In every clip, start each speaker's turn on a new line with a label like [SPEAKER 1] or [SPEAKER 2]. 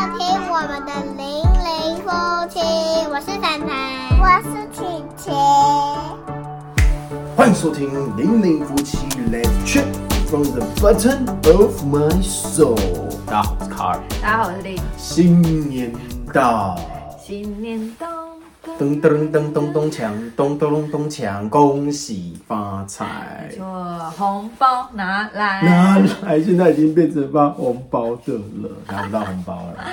[SPEAKER 1] 我们的零零夫妻，我是凡凡，我是琪琪。
[SPEAKER 2] 欢迎收听《零零夫妻 Let's Chat from the bottom of my soul》。大家好，我是卡尔。
[SPEAKER 3] 大家好，我是丽。
[SPEAKER 2] 新年到，
[SPEAKER 3] 新年到，
[SPEAKER 2] 噔噔噔噔咚锵，咚咚咚咚锵，恭喜发财！
[SPEAKER 3] 说红包拿来。
[SPEAKER 2] 拿来，现在已经变成发红包的了， 拿不到红包了。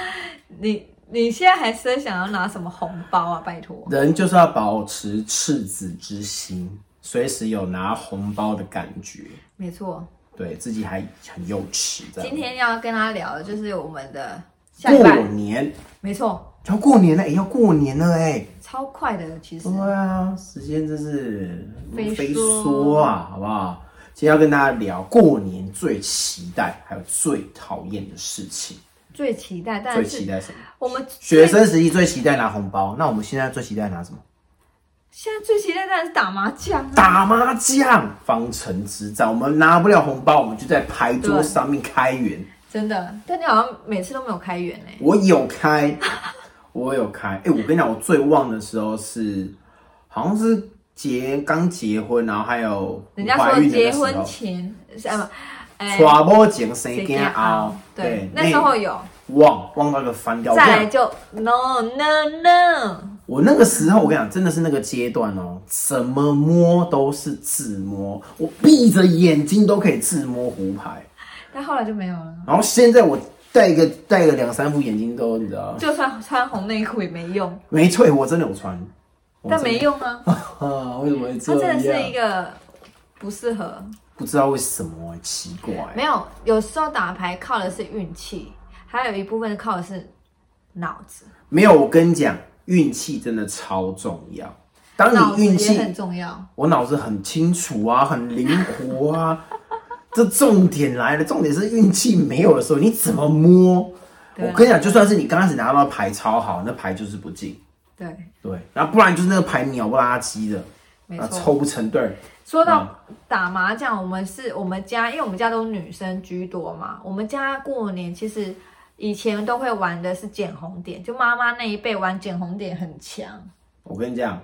[SPEAKER 3] 你你现在还是想要拿什么红包啊？拜托。
[SPEAKER 2] 人就是要保持赤子之心，随时有拿红包的感觉，
[SPEAKER 3] 没错，
[SPEAKER 2] 对啊自己还很幼稚。这样
[SPEAKER 3] 今天要跟大家聊的就是我们的下一
[SPEAKER 2] 过
[SPEAKER 3] 半，
[SPEAKER 2] 年。
[SPEAKER 3] 没错，
[SPEAKER 2] 要过年了，哎、要过年了、哎，
[SPEAKER 3] 超快的，其实。
[SPEAKER 2] 对啊，时间真是
[SPEAKER 3] 飞
[SPEAKER 2] 飞
[SPEAKER 3] 梭
[SPEAKER 2] 梭啊，好不好？今天要跟大家聊过年最期待还有最讨厌的事情，
[SPEAKER 3] 最期待，但
[SPEAKER 2] 最
[SPEAKER 3] 是
[SPEAKER 2] 期待什么？
[SPEAKER 3] 我们
[SPEAKER 2] 学
[SPEAKER 3] 最
[SPEAKER 2] 生时期最期待拿红包，那我们现在最期待拿什么？
[SPEAKER 3] 现在最期待当然是打麻将啊。
[SPEAKER 2] 打麻将，方程之战。我们拿不了红包，我们就在牌桌上面开源。
[SPEAKER 3] 真的，但你好像每次都没有开源哎、
[SPEAKER 2] 我有开，我有开。哎、我跟你讲，我最旺的时候是，好像是结刚结婚，然后还有
[SPEAKER 3] 人家
[SPEAKER 2] 怀
[SPEAKER 3] 说
[SPEAKER 2] 孕的
[SPEAKER 3] 结
[SPEAKER 2] 那时候
[SPEAKER 3] 婚前是啊不，哎
[SPEAKER 2] 娶某前生
[SPEAKER 3] 谁
[SPEAKER 2] 惊
[SPEAKER 3] 先
[SPEAKER 2] 后
[SPEAKER 3] 熬，？对，那时候有。
[SPEAKER 2] 旺旺到一个翻掉。我跟
[SPEAKER 3] 再
[SPEAKER 2] 你
[SPEAKER 3] 来
[SPEAKER 2] 讲，
[SPEAKER 3] 就 no no no，
[SPEAKER 2] 我那个时候我跟你讲，真的是那个阶段哦，怎么摸都是自摸，我闭着眼睛都可以自摸胡牌。
[SPEAKER 3] 但后来就没有了。
[SPEAKER 2] 然后现在我戴一个戴个两三副眼镜都，你知道，
[SPEAKER 3] 就算穿红内裤也没用，
[SPEAKER 2] 没错，我真的有穿，我
[SPEAKER 3] 但
[SPEAKER 2] 真的
[SPEAKER 3] 没用啊，
[SPEAKER 2] 啊，为什么会
[SPEAKER 3] 它
[SPEAKER 2] 这
[SPEAKER 3] 真的是一
[SPEAKER 2] 样？
[SPEAKER 3] 个不适合。
[SPEAKER 2] 不知道为什么，奇怪。
[SPEAKER 3] 没有，有时候打牌靠的是运气，还有一部分靠的是脑子，
[SPEAKER 2] 没有，我跟你讲，运气真的超重要。当
[SPEAKER 3] 脑
[SPEAKER 2] 啊你
[SPEAKER 3] 子
[SPEAKER 2] 运
[SPEAKER 3] 也
[SPEAKER 2] 气
[SPEAKER 3] 很重要。
[SPEAKER 2] 我脑子很清楚啊，很灵活啊。 这重点来了，重点是运气没有的时候，你怎么摸？
[SPEAKER 3] 对啊
[SPEAKER 2] 我跟你讲，就算是你刚开始拿到牌超好，那牌就是不进，
[SPEAKER 3] 对，
[SPEAKER 2] 对，然后不然就是那个牌鸟不拉几的，
[SPEAKER 3] 没
[SPEAKER 2] 啊，
[SPEAKER 3] 错。
[SPEAKER 2] 抽不成对儿。
[SPEAKER 3] 说到打麻将，我们是我们家，因为我们家都女生居多嘛，我们家过年其实以前都会玩的是捡红点，就妈妈那一辈玩捡红点很强。
[SPEAKER 2] 我跟你讲，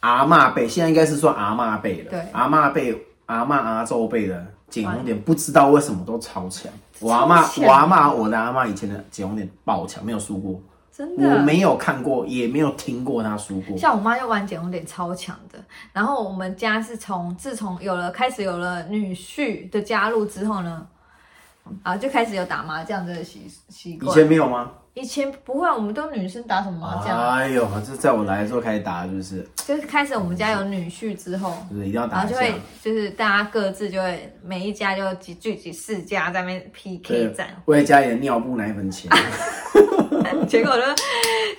[SPEAKER 2] 阿嬷辈现在应该是算阿嬷辈了，
[SPEAKER 3] 对
[SPEAKER 2] 阿嬷辈、阿嬷、阿周辈的捡红点，不知道为什么都超强。我阿
[SPEAKER 3] 超
[SPEAKER 2] 嬷、
[SPEAKER 3] 强
[SPEAKER 2] 我阿嬷、我的阿嬷以前的捡红点爆强，没有输过，
[SPEAKER 3] 真的，
[SPEAKER 2] 我没有看过，也没有听过她输过。
[SPEAKER 3] 像我妈就玩剪红点超强的，然后我们家是从自从有了开始有了女婿的加入之后呢，啊就开始有打麻将这个习习
[SPEAKER 2] 以
[SPEAKER 3] 惯。
[SPEAKER 2] 前没有吗？
[SPEAKER 3] 以前不会啊，我们都女生打什么麻将，啊
[SPEAKER 2] 哎呦，这在我来的时候开始打，就是
[SPEAKER 3] 就是开始我们家有女婿之后，
[SPEAKER 2] 就是一定要
[SPEAKER 3] 然
[SPEAKER 2] 打
[SPEAKER 3] 后
[SPEAKER 2] 一
[SPEAKER 3] 就
[SPEAKER 2] 下。
[SPEAKER 3] 会就是大家各自就会每一家就集聚集四家在那边 PK
[SPEAKER 2] 对
[SPEAKER 3] 战，，
[SPEAKER 2] 为了家里的尿布奶粉钱，
[SPEAKER 3] 结果就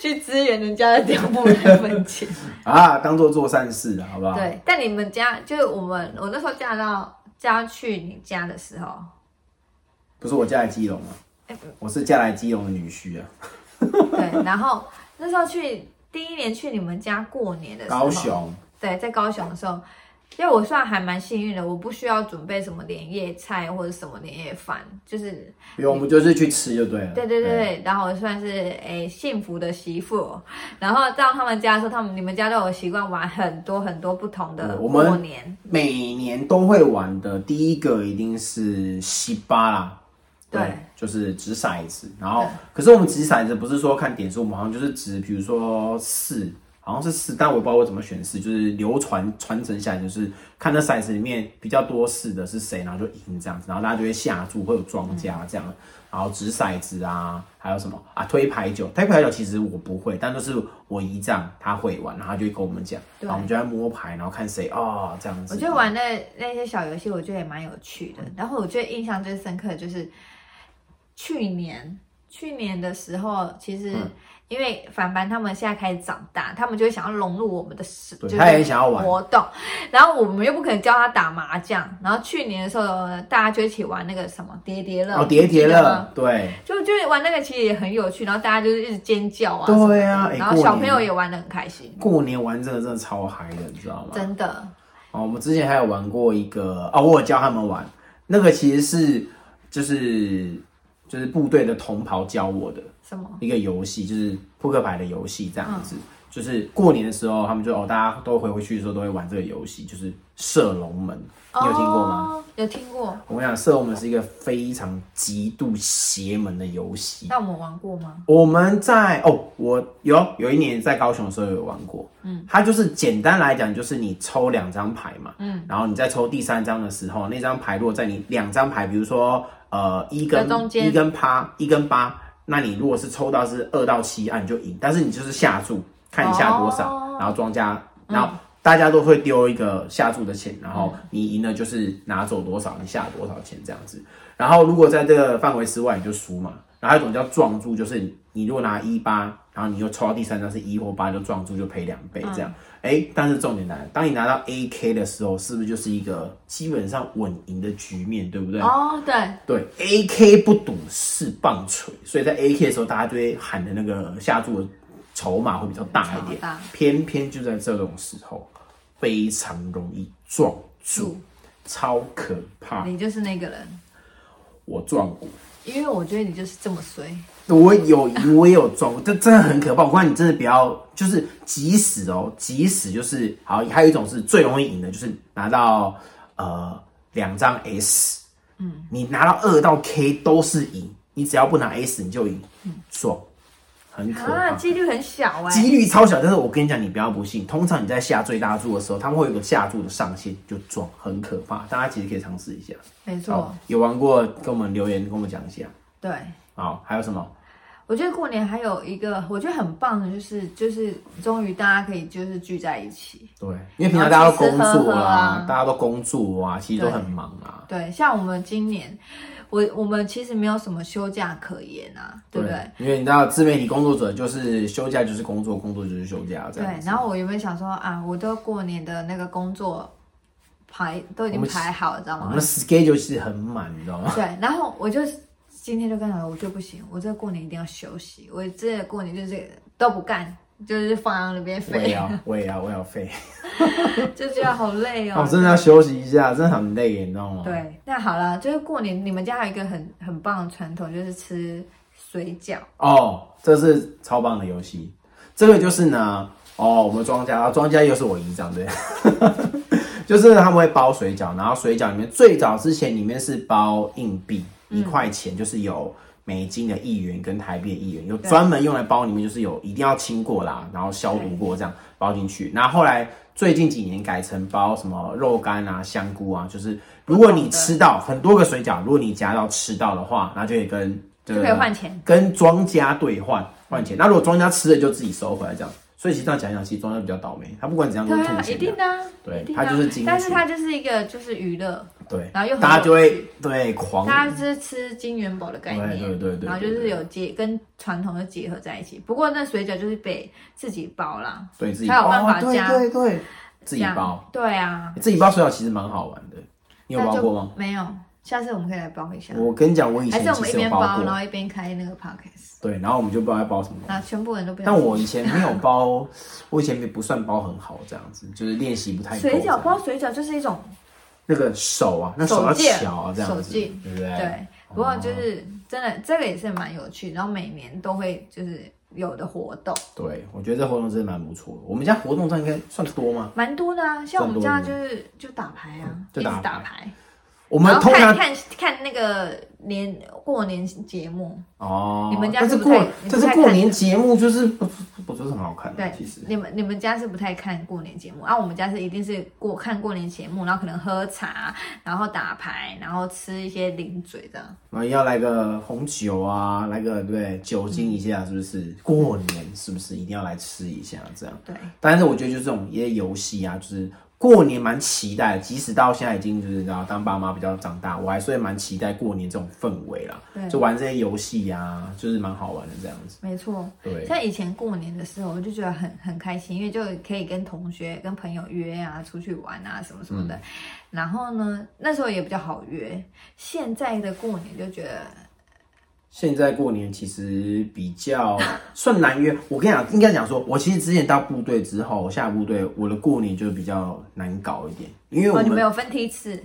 [SPEAKER 3] 去支援人家的掉布奶 粉钱。
[SPEAKER 2] 啊，当做做善事，啊好不好？，
[SPEAKER 3] 对，但你们家就是我们，我那时候嫁到嫁去你家的时候，
[SPEAKER 2] 不是我嫁来基隆
[SPEAKER 3] 哎
[SPEAKER 2] 啊，我是嫁来基隆的女婿啊，
[SPEAKER 3] 对，然后那时候去第一年去你们家过年的时候，
[SPEAKER 2] 高，雄。
[SPEAKER 3] 对，在高雄的时候，因为我算还蛮幸运的，我不需要准备什么年夜菜或者什么年夜饭，就是
[SPEAKER 2] 因为我们就是去吃就对了。
[SPEAKER 3] 对对对对，然后我算是诶幸福的媳妇。 然后到他们家的时候，他们你们家都有习惯玩很多很多不同的
[SPEAKER 2] 对我们
[SPEAKER 3] 过年，
[SPEAKER 2] 每年都会玩的第一个一定是西巴啦，
[SPEAKER 3] 对，
[SPEAKER 2] 就是掷骰子。然后，可是我们掷骰子不是说看点数，我们好像就是掷，比如说四，好像是四，但我也不知道我怎么选四，就是流传传承下来，就是看那骰子里面比较多四的是谁，然后就赢这样子，然后大家就会下注，会有庄家这样。然后掷骰子啊，还有什么啊？推牌九，推牌九其实我不会，但都是我姨丈他会玩，然后他就会跟我们讲，
[SPEAKER 3] 对
[SPEAKER 2] 然后我们就在摸牌，然后看谁哦这样子。
[SPEAKER 3] 我觉得玩的那些小游戏，我觉得也蛮有趣的。
[SPEAKER 2] 嗯
[SPEAKER 3] 然后我觉得印象最深刻的就是去年，去年的时候，其实
[SPEAKER 2] 嗯
[SPEAKER 3] 因为凡凡他们现在开始长大，他们就会想要融入我们的是，
[SPEAKER 2] 对
[SPEAKER 3] 就是
[SPEAKER 2] 他也想要玩
[SPEAKER 3] 活动。然后我们又不可能教他打麻将。然后去年的时候，大家就一起玩那个什么叠叠乐，
[SPEAKER 2] 哦，叠叠
[SPEAKER 3] 你记得吗
[SPEAKER 2] 乐，，对
[SPEAKER 3] 就就是玩那个其实也很有趣。然后大家就是一直尖叫啊，
[SPEAKER 2] 对啊，哎、
[SPEAKER 3] 然后
[SPEAKER 2] 过
[SPEAKER 3] 小
[SPEAKER 2] 年
[SPEAKER 3] 朋友也玩的很开心，
[SPEAKER 2] 过年玩这个真的超嗨的，你知道吗？
[SPEAKER 3] 真的。
[SPEAKER 2] 哦，我们之前还有玩过一个哦，我有教他们玩那个，其实是就是就是部队的同袍教我的
[SPEAKER 3] 什么？
[SPEAKER 2] 一个游戏，就是扑克牌的游戏这样
[SPEAKER 3] 嗯
[SPEAKER 2] 子。就是过年的时候，他们就哦，大家都回回去的时候都会玩这个游戏，就是射龙门，你有听过吗？
[SPEAKER 3] 哦？有听过。
[SPEAKER 2] 我跟你讲，射龙门是一个非常极度邪门的游戏。
[SPEAKER 3] 那我们玩过吗？
[SPEAKER 2] 我们在哦，我有有一年在高雄的时候有玩过，嗯，它就是简单来讲，就是你抽两张牌嘛，嗯，然后你再抽第三张的时候，那张牌如果在你两张牌，比如说呃一跟
[SPEAKER 3] 在中间
[SPEAKER 2] 一跟八一跟八，那你如果是抽到是二到七，啊你就赢，但是你就是下注，看你下多少，
[SPEAKER 3] 哦
[SPEAKER 2] 然后庄家，然后大家都会丢一个下注的钱，然
[SPEAKER 3] 嗯
[SPEAKER 2] 后你赢了就是拿走多少，你下多少钱这样子。然后如果在这个范围之外，你就输嘛。然后还有一种叫撞注，就是你你如果拿一八，然后你又抽到第三张是一或八，就撞注就赔两倍这样。哎、但是重点来了，当你拿到 AK 的时候，是不是就是一个基本上稳赢的局面，对不对？
[SPEAKER 3] 哦，对，
[SPEAKER 2] 对，AK 不赌是棒槌，所以在 AK 的时候，大家就会喊的那个下注的筹码会比较大一
[SPEAKER 3] 筹码
[SPEAKER 2] 点
[SPEAKER 3] 大，
[SPEAKER 2] 偏偏就在这种时候，非常容易撞柱
[SPEAKER 3] 住，
[SPEAKER 2] 超可怕。
[SPEAKER 3] 你就是那个人，
[SPEAKER 2] 我撞过，
[SPEAKER 3] 因为我觉得你就是这么衰。
[SPEAKER 2] 我有赢，我也有撞过，这真的很可怕。我告诉你，真的不要，就是即使哦，即使就是好，还有一种是最容易赢的，就是拿到呃两张 S，嗯，你拿到二到 K 都是赢，你只要不拿 S 你就赢，爽，很可怕。
[SPEAKER 3] 啊，几率很小哎、
[SPEAKER 2] 几率超小，但是我跟你讲，你不要不信。通常你在下最大注的时候，他们会有个下注的上限，就撞，很可怕。大家其实可以尝试一下。
[SPEAKER 3] 没错
[SPEAKER 2] 好，，有玩过跟我们留言跟我们讲一下。
[SPEAKER 3] 对。
[SPEAKER 2] 好，还有什么？
[SPEAKER 3] 我觉得过年还有一个我觉得很棒的，就是就是终于大家可以就是聚在一起。
[SPEAKER 2] 对，因为平常大家都工
[SPEAKER 3] 然后吃吃
[SPEAKER 2] 作
[SPEAKER 3] 喝喝
[SPEAKER 2] 啦
[SPEAKER 3] 啊，
[SPEAKER 2] 大家都工作啊，其实都很忙啊。
[SPEAKER 3] 对，像我们今年，我我们其实没有什么休假可言啊，对不对？？
[SPEAKER 2] 因为你知道，自媒体工作者就是休假就是工作，工作就是休假这
[SPEAKER 3] 对
[SPEAKER 2] 样。，子。
[SPEAKER 3] 然后我原本想说啊，我都过年的那个工作排都已经
[SPEAKER 2] 我们
[SPEAKER 3] 排好了，知道
[SPEAKER 2] 我
[SPEAKER 3] 吗
[SPEAKER 2] 们的？schedule 其实很满，你知道吗？
[SPEAKER 3] 对，然后我就今天就跟他说，我就不行，我这个过年一定要休息，我这个过年就是都不干，就是放在那边
[SPEAKER 2] 我也
[SPEAKER 3] 飞，
[SPEAKER 2] 要，我也要，我也要飞。
[SPEAKER 3] 就觉得好累
[SPEAKER 2] 那
[SPEAKER 3] 哦。
[SPEAKER 2] 我真的要休息一下，真的很累，你知道吗？，
[SPEAKER 3] 对，那好了，就是过年你们家有一个很很棒的传统，就是吃水饺。
[SPEAKER 2] 哦，这是超棒的游戏。这个就是呢，哦，我们庄家，庄家又是我姨丈对， 就是他们会包水饺，然后水饺里面最早之前里面是包硬币，
[SPEAKER 3] 嗯
[SPEAKER 2] 一块钱就是有美金的一元跟台币的一元，有专门用来包里面就是有一定要清过啦，然后消毒过这样包进去。然后后来最近几年改成包什么肉干啊、香菇啊，就是如果你吃到很多个水饺，如果你夹到吃到的话，那就可以跟
[SPEAKER 3] 就可以换钱，
[SPEAKER 2] 跟庄家兑换换钱。那如果庄家吃了就自己收回来这样，所以其实这样讲一讲，其实庄家比较倒霉，他不管怎样都
[SPEAKER 3] 对
[SPEAKER 2] 是
[SPEAKER 3] 啊
[SPEAKER 2] 吐，
[SPEAKER 3] 一
[SPEAKER 2] 钱
[SPEAKER 3] 定
[SPEAKER 2] 的。
[SPEAKER 3] 的啊，
[SPEAKER 2] 对
[SPEAKER 3] 一定
[SPEAKER 2] 它
[SPEAKER 3] 的啊
[SPEAKER 2] 就是金
[SPEAKER 3] 但是
[SPEAKER 2] 曲
[SPEAKER 3] 它就是一个就是娱乐，
[SPEAKER 2] 对，
[SPEAKER 3] 然后又很
[SPEAKER 2] 大家就
[SPEAKER 3] 有
[SPEAKER 2] 会
[SPEAKER 3] 趣
[SPEAKER 2] 对狂
[SPEAKER 3] 大家就是吃金元宝的概念，
[SPEAKER 2] 对对对对
[SPEAKER 3] 然后就
[SPEAKER 2] 对对
[SPEAKER 3] 是有结跟传统的结合在一起。不过那水饺就是被自己包啦，
[SPEAKER 2] 对自己
[SPEAKER 3] 才有
[SPEAKER 2] 包
[SPEAKER 3] 办法
[SPEAKER 2] 哦对
[SPEAKER 3] 加
[SPEAKER 2] 对对，自己
[SPEAKER 3] 这样
[SPEAKER 2] 包，，
[SPEAKER 3] 对啊，
[SPEAKER 2] 自己包水饺其实蛮好玩的。你有
[SPEAKER 3] 那
[SPEAKER 2] 包
[SPEAKER 3] 就
[SPEAKER 2] 过吗？
[SPEAKER 3] 没有，下次我们可以来包一下，
[SPEAKER 2] 我跟你讲，我以
[SPEAKER 3] 还
[SPEAKER 2] 前
[SPEAKER 3] 是我
[SPEAKER 2] 其
[SPEAKER 3] 们一
[SPEAKER 2] 实有
[SPEAKER 3] 边包，然
[SPEAKER 2] 过，
[SPEAKER 3] 后啊一边开那个 podcast，
[SPEAKER 2] 对，然后我们就不知道要包什么东西。
[SPEAKER 3] 然后全部人都不要
[SPEAKER 2] 但我以前没有包， 我以前没不算包很好，这样子就是练习不太够。
[SPEAKER 3] 水
[SPEAKER 2] 这
[SPEAKER 3] 饺
[SPEAKER 2] 样
[SPEAKER 3] 包水饺就是一种
[SPEAKER 2] 那个手啊，那手
[SPEAKER 3] 手
[SPEAKER 2] 要
[SPEAKER 3] 劲
[SPEAKER 2] 巧啊，这样
[SPEAKER 3] 手
[SPEAKER 2] 子，
[SPEAKER 3] 劲
[SPEAKER 2] 对不对？哦
[SPEAKER 3] 对，不过就是真的这个也是蛮有趣，然后每年都会就是有的活动。
[SPEAKER 2] 对，我觉得这活动真的蛮不错的。我们家活动上应该算多吗？
[SPEAKER 3] 蛮多的啊，像我们家
[SPEAKER 2] 更
[SPEAKER 3] 就
[SPEAKER 2] 多
[SPEAKER 3] 是就打牌啊，
[SPEAKER 2] 就
[SPEAKER 3] 一直
[SPEAKER 2] 打
[SPEAKER 3] 打
[SPEAKER 2] 牌
[SPEAKER 3] 牌，
[SPEAKER 2] 我
[SPEAKER 3] 然
[SPEAKER 2] 们
[SPEAKER 3] 后
[SPEAKER 2] 通
[SPEAKER 3] 看
[SPEAKER 2] 常
[SPEAKER 3] 看看那个年过年节目，
[SPEAKER 2] 哦，
[SPEAKER 3] 你们家
[SPEAKER 2] 但是
[SPEAKER 3] 是不
[SPEAKER 2] 过
[SPEAKER 3] 太你
[SPEAKER 2] 但
[SPEAKER 3] 不
[SPEAKER 2] 是
[SPEAKER 3] 太
[SPEAKER 2] 过
[SPEAKER 3] 看
[SPEAKER 2] 年节目就是不不就是很好看的
[SPEAKER 3] 对，
[SPEAKER 2] 其实
[SPEAKER 3] 你们你们家是不太看过年节目啊，我们家是一定是过看过年节目，然后可能喝茶，然后打牌，然后吃一些零嘴这样。
[SPEAKER 2] 然后要来个红酒啊，来个对不对酒精一
[SPEAKER 3] 嗯
[SPEAKER 2] 下，是不是？过年是不是一定要来吃一下这样？
[SPEAKER 3] 对，
[SPEAKER 2] 但是我觉得就是这种一些游戏啊，就是过年蛮期待的，即使到现在已经就是然后当爸妈比较长大，我还是会蛮期待过年这种氛围啦，
[SPEAKER 3] 对
[SPEAKER 2] 就玩这些游戏啊，就是蛮好玩的这样子。
[SPEAKER 3] 没错。
[SPEAKER 2] 对，
[SPEAKER 3] 像以前过年的时候，我就觉得很很开心，因为就可以跟同学、跟朋友约啊，出去玩啊，什么什么
[SPEAKER 2] 嗯
[SPEAKER 3] 的。然后呢，那时候也比较好约。现在的过年就觉得
[SPEAKER 2] 现在过年其实比较 算难约。我跟你讲，应该讲说，我其实之前到部队之后，我下部队，我的过年就比较难搞一点，因为我
[SPEAKER 3] 哦，你
[SPEAKER 2] 们
[SPEAKER 3] 们有分梯次，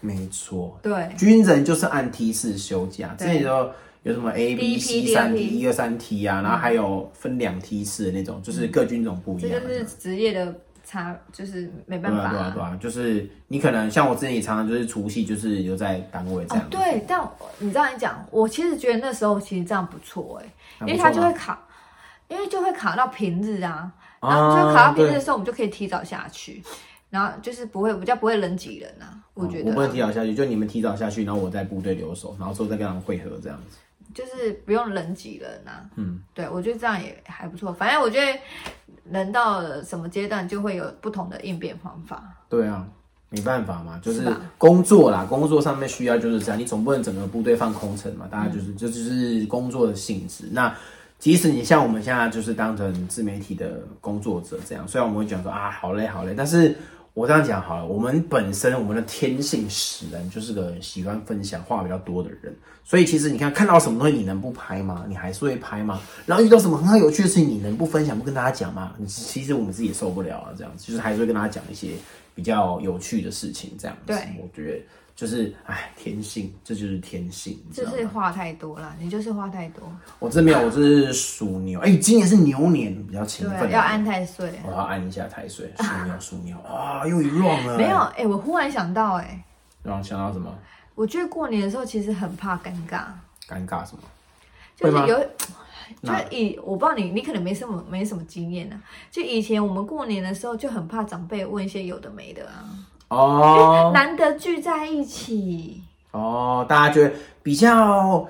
[SPEAKER 2] 没错，
[SPEAKER 3] 对，
[SPEAKER 2] 军人就是按梯次休假，之
[SPEAKER 3] 对
[SPEAKER 2] 前就有什么 A
[SPEAKER 3] 第
[SPEAKER 2] B
[SPEAKER 3] 一批
[SPEAKER 2] C
[SPEAKER 3] 第二嗯
[SPEAKER 2] 三
[SPEAKER 3] 批
[SPEAKER 2] T 一二三 T 啊，然后还有分两梯次的那种，就是各军种不一
[SPEAKER 3] 嗯这
[SPEAKER 2] 样啊。
[SPEAKER 3] 就是职业的差，就是没
[SPEAKER 2] 对
[SPEAKER 3] 办法
[SPEAKER 2] 啊对啊对啊，就是你可能像我之前也常常就是除夕就是留在单位这
[SPEAKER 3] 哦
[SPEAKER 2] 样，，
[SPEAKER 3] 对，但我你知道你讲，我其实觉得那时候其实这样不错哎、
[SPEAKER 2] 还
[SPEAKER 3] 因
[SPEAKER 2] 不错
[SPEAKER 3] 为
[SPEAKER 2] 啊
[SPEAKER 3] 他就会考，因为就会考到平日啊，
[SPEAKER 2] 啊
[SPEAKER 3] 然后就考到平日
[SPEAKER 2] 对
[SPEAKER 3] 的时候，我们就可以提早下去，然后就是不会比较不会人挤人啊，我觉
[SPEAKER 2] 嗯我
[SPEAKER 3] 得
[SPEAKER 2] 不能提早下去，就你们提早下去，然后我在部队留守，然后之后再跟他们会合这样子。
[SPEAKER 3] 就是不用人挤人啊，
[SPEAKER 2] 嗯，
[SPEAKER 3] 对我觉得这样也还不错，反正我觉得人到了什么阶段就会有不同的应变方法，
[SPEAKER 2] 对啊，没办法嘛，就是是
[SPEAKER 3] 吧
[SPEAKER 2] 工作啦，工作上面需要就是这样，你总不能整个部队放空城嘛，大家就是这、就是工作的性质。那即使你像我们现在就是当成自媒体的工作者这样，虽然我们会讲说啊好累好累，但是我这样讲好了，我们本身我们的天性使然就是个喜欢分享话比较多的人，所以其实你看看到什么东西你能不拍吗？你还是会拍吗？然后遇到什么很有趣的事情你能不分享不跟大家讲吗？你其实我们自己也受不了啊，这样子就是还是会跟大家讲一些比较有趣的事情这样子。
[SPEAKER 3] 对
[SPEAKER 2] 我觉得就是哎天性，这就是天性，你知
[SPEAKER 3] 就
[SPEAKER 2] 道
[SPEAKER 3] 是
[SPEAKER 2] 吗？
[SPEAKER 3] 话太多啦，你就是话太多，
[SPEAKER 2] 我这没有，我这是属牛，哎、今年是牛年，比较勤奋，
[SPEAKER 3] 对，要按太岁。
[SPEAKER 2] 我要按一下台水，属牛属牛啊，又一 round 了。
[SPEAKER 3] 没有，哎、我忽然想到、哎，
[SPEAKER 2] 然后想到什么
[SPEAKER 3] 我觉得过年的时候其实很怕尴尬，
[SPEAKER 2] 尴尬什么？
[SPEAKER 3] 就
[SPEAKER 2] 会吗
[SPEAKER 3] 是有，就
[SPEAKER 2] 那
[SPEAKER 3] 以我不知道你，你可能没什么没什么经验啊。就以前我们过年的时候就很怕长辈问一些有的没的啊，
[SPEAKER 2] 哦
[SPEAKER 3] 难得聚在一起，
[SPEAKER 2] 哦，大家觉得比较。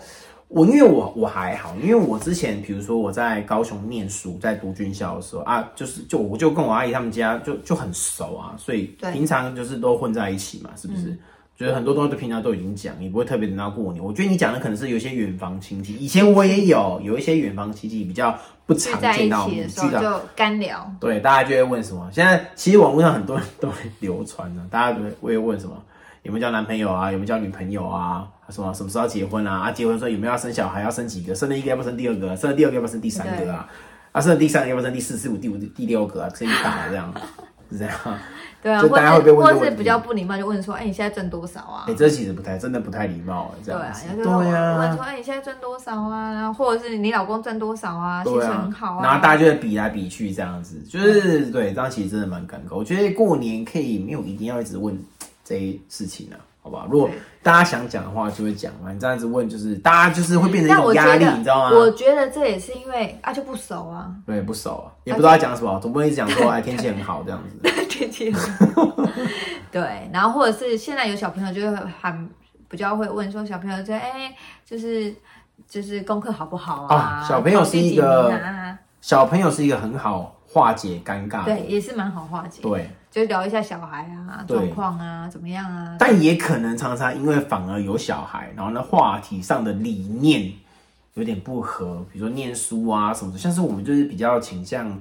[SPEAKER 2] 我因为我我还好，因为我之前比如说我在高雄念书，在读军校的时候啊，就是就我就跟我阿姨他们家就就很熟啊，所以
[SPEAKER 3] 对嗯
[SPEAKER 2] 平常就是都混在一起嘛，是不是？觉得很多东西都平常都已经讲，也不会特别等到过年。我觉得你讲的可能是有一些远房亲戚，以前我也有有一些远房亲戚比较不
[SPEAKER 3] 聚
[SPEAKER 2] 常
[SPEAKER 3] 在
[SPEAKER 2] 见
[SPEAKER 3] 一
[SPEAKER 2] 到我们，
[SPEAKER 3] 起的时
[SPEAKER 2] 聚
[SPEAKER 3] 候
[SPEAKER 2] 到
[SPEAKER 3] 就干聊。
[SPEAKER 2] 对，大家就会问什么？现在其实网络上很多人都会流传呢、大家都会问什么？有没有交男朋友啊？有没有交女朋友啊？什么什么时候要结婚啊？啊，结婚说有没有要生小孩？要生几个？生了一个要不要生第二个？生了第二个要不要生第三个啊？啊，生了第三个要不要生第四、四五、第五、第六个啊？这一打这样， 是这样。
[SPEAKER 3] 对啊，
[SPEAKER 2] 就
[SPEAKER 3] 或
[SPEAKER 2] 大家会被
[SPEAKER 3] 是
[SPEAKER 2] 问这个
[SPEAKER 3] 或是
[SPEAKER 2] 问
[SPEAKER 3] 比
[SPEAKER 2] 题
[SPEAKER 3] 较不礼貌，就问说，哎、你现在赚多少啊
[SPEAKER 2] 哎、？这其实不太，真的不太礼貌，这
[SPEAKER 3] 对
[SPEAKER 2] 样
[SPEAKER 3] 啊
[SPEAKER 2] 子。，
[SPEAKER 3] 然后就
[SPEAKER 2] 对
[SPEAKER 3] 问说，
[SPEAKER 2] 啊，
[SPEAKER 3] 哎、你现在赚多少啊？然后或者是你老公赚多少啊？薪
[SPEAKER 2] 对
[SPEAKER 3] 水
[SPEAKER 2] 啊
[SPEAKER 3] 很好啊。
[SPEAKER 2] 然后大家就会比来比去这样子，就是对，这样其实真的蛮尴尬。我觉得过年可以没有一定要一直问这些事情啊，好不好？如果
[SPEAKER 3] 对
[SPEAKER 2] 大家想讲的话就会讲嘛，你这样子问就是大家就是会变成一
[SPEAKER 3] 但
[SPEAKER 2] 种
[SPEAKER 3] 我觉
[SPEAKER 2] 压力，
[SPEAKER 3] 得，
[SPEAKER 2] 你知道
[SPEAKER 3] 我
[SPEAKER 2] 吗？
[SPEAKER 3] 觉得这也是因为啊，就不熟啊，
[SPEAKER 2] 对，不熟啊，也不知道要讲什么，总不能一直讲说哎天气很好这样子。
[SPEAKER 3] 天气。对，然后或者是现在有小朋友就会还比较会问说，小朋友就哎、就是就是功课好不好啊？
[SPEAKER 2] 啊小朋友是一个
[SPEAKER 3] 考第几名啊
[SPEAKER 2] 小朋友是一个很好化解尴尬的
[SPEAKER 3] 对，，也是蛮好化解，
[SPEAKER 2] 啊对，
[SPEAKER 3] 就聊一下小孩啊
[SPEAKER 2] 对
[SPEAKER 3] 状况啊怎么样啊。
[SPEAKER 2] 但也可能常常因为反而有小孩，然后呢话题上的理念有点不合，比如说念书啊什么的，像是我们就是比较倾向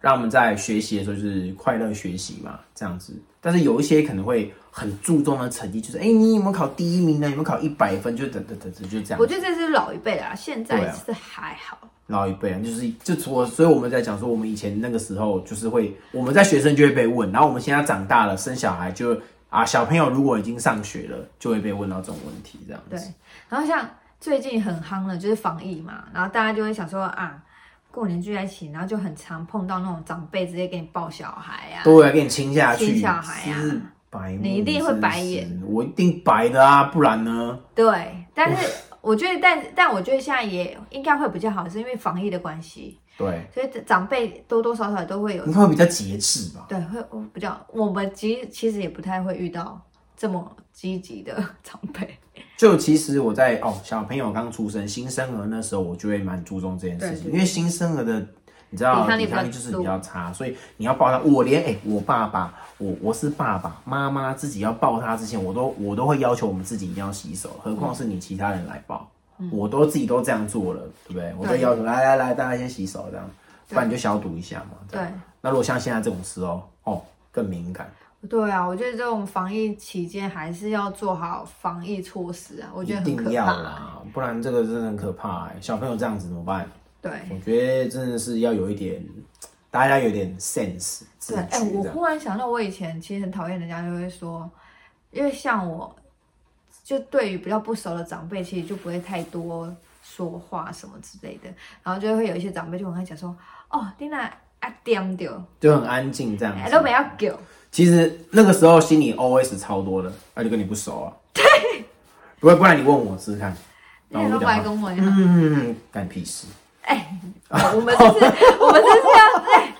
[SPEAKER 2] 让我们在学习的时候就是快乐学习嘛，这样子。但是有一些可能会很注重的成绩，就是哎、诶你有没有考第一名呢？有没有考一百分？就等等等等，就这样
[SPEAKER 3] 我。觉得这是老一辈的啊，现
[SPEAKER 2] 对
[SPEAKER 3] 在
[SPEAKER 2] 啊
[SPEAKER 3] 是还好。
[SPEAKER 2] 老一辈啊，就是就除了，所以我们在讲说，我们以前那个时候就是会，我们在学生就会被问，然后我们现在长大了，生小孩就啊，小朋友如果已经上学了，就会被问到这种问题，这样子。
[SPEAKER 3] 对，然后像最近很夯的就是防疫嘛，然后大家就会想说啊，过年聚在一起，然后就很常碰到那种长辈直接给你抱小孩啊，
[SPEAKER 2] 对啊，给你亲下去，
[SPEAKER 3] 亲小孩啊
[SPEAKER 2] 是白目，
[SPEAKER 3] 你一定会白眼
[SPEAKER 2] 真是，我一定白的啊，不然呢？
[SPEAKER 3] 对，但是我觉得，但但我觉得现在也应该会比较好，是因为防疫的关系，
[SPEAKER 2] 对，
[SPEAKER 3] 所以长辈多多少少都会有
[SPEAKER 2] 应，该会比较节制吧。
[SPEAKER 3] 对，会我比较，我们其其实也不太会遇到这么积极的长 辈，
[SPEAKER 2] 就其实我在哦，小朋友刚出生新生儿那时候，我就会蛮注重这件事
[SPEAKER 3] 对
[SPEAKER 2] 情，
[SPEAKER 3] 对
[SPEAKER 2] 因为新生儿的你知道
[SPEAKER 3] 抵抗力
[SPEAKER 2] 抵抗力
[SPEAKER 3] 比较
[SPEAKER 2] 就是比较差，所以你要抱他，我连哎、我爸爸，我我是爸爸妈妈自己要抱他之前，我都我都会要求我们自己一定要洗手，何况是你其他人来抱，我都自己都这样做了，对不对？我都
[SPEAKER 3] 嗯对
[SPEAKER 2] 要求来来来，大家先洗手这样，不然
[SPEAKER 3] 对
[SPEAKER 2] 你就消毒一下嘛。这样
[SPEAKER 3] 对。
[SPEAKER 2] 那如果像现在这种时候，哦，更敏感，
[SPEAKER 3] 对啊，我觉得这种防疫期间还是要做好防疫措施啊，我觉得
[SPEAKER 2] 一
[SPEAKER 3] 很可
[SPEAKER 2] 定要
[SPEAKER 3] 怕。
[SPEAKER 2] 啦，不然这个真的很可怕、欸。小朋友这样子怎么办？
[SPEAKER 3] 对，
[SPEAKER 2] 我觉得真的是要有一点，大家有点 sense 自
[SPEAKER 3] 对，
[SPEAKER 2] 觉
[SPEAKER 3] 哎、我
[SPEAKER 2] 这样。
[SPEAKER 3] 忽然想到，我以前其实很讨厌人家就会说，因为像我就对于比较不熟的长辈，其实就不会太多说话什么之类的，然后就会有一些长辈就很爱讲说，哦，你那啊点掉，
[SPEAKER 2] 就很安静这样
[SPEAKER 3] 哎
[SPEAKER 2] 子。
[SPEAKER 3] 都不要叫，
[SPEAKER 2] 其实那个时候心里 OS 超多的，那就跟你不熟啊。对，不会，不然你问我试试看，然
[SPEAKER 3] 你
[SPEAKER 2] 后我就
[SPEAKER 3] 都不来
[SPEAKER 2] 讲话，
[SPEAKER 3] 跟我一样。
[SPEAKER 2] 嗯，干屁事，
[SPEAKER 3] 我们就是我们就是要，哎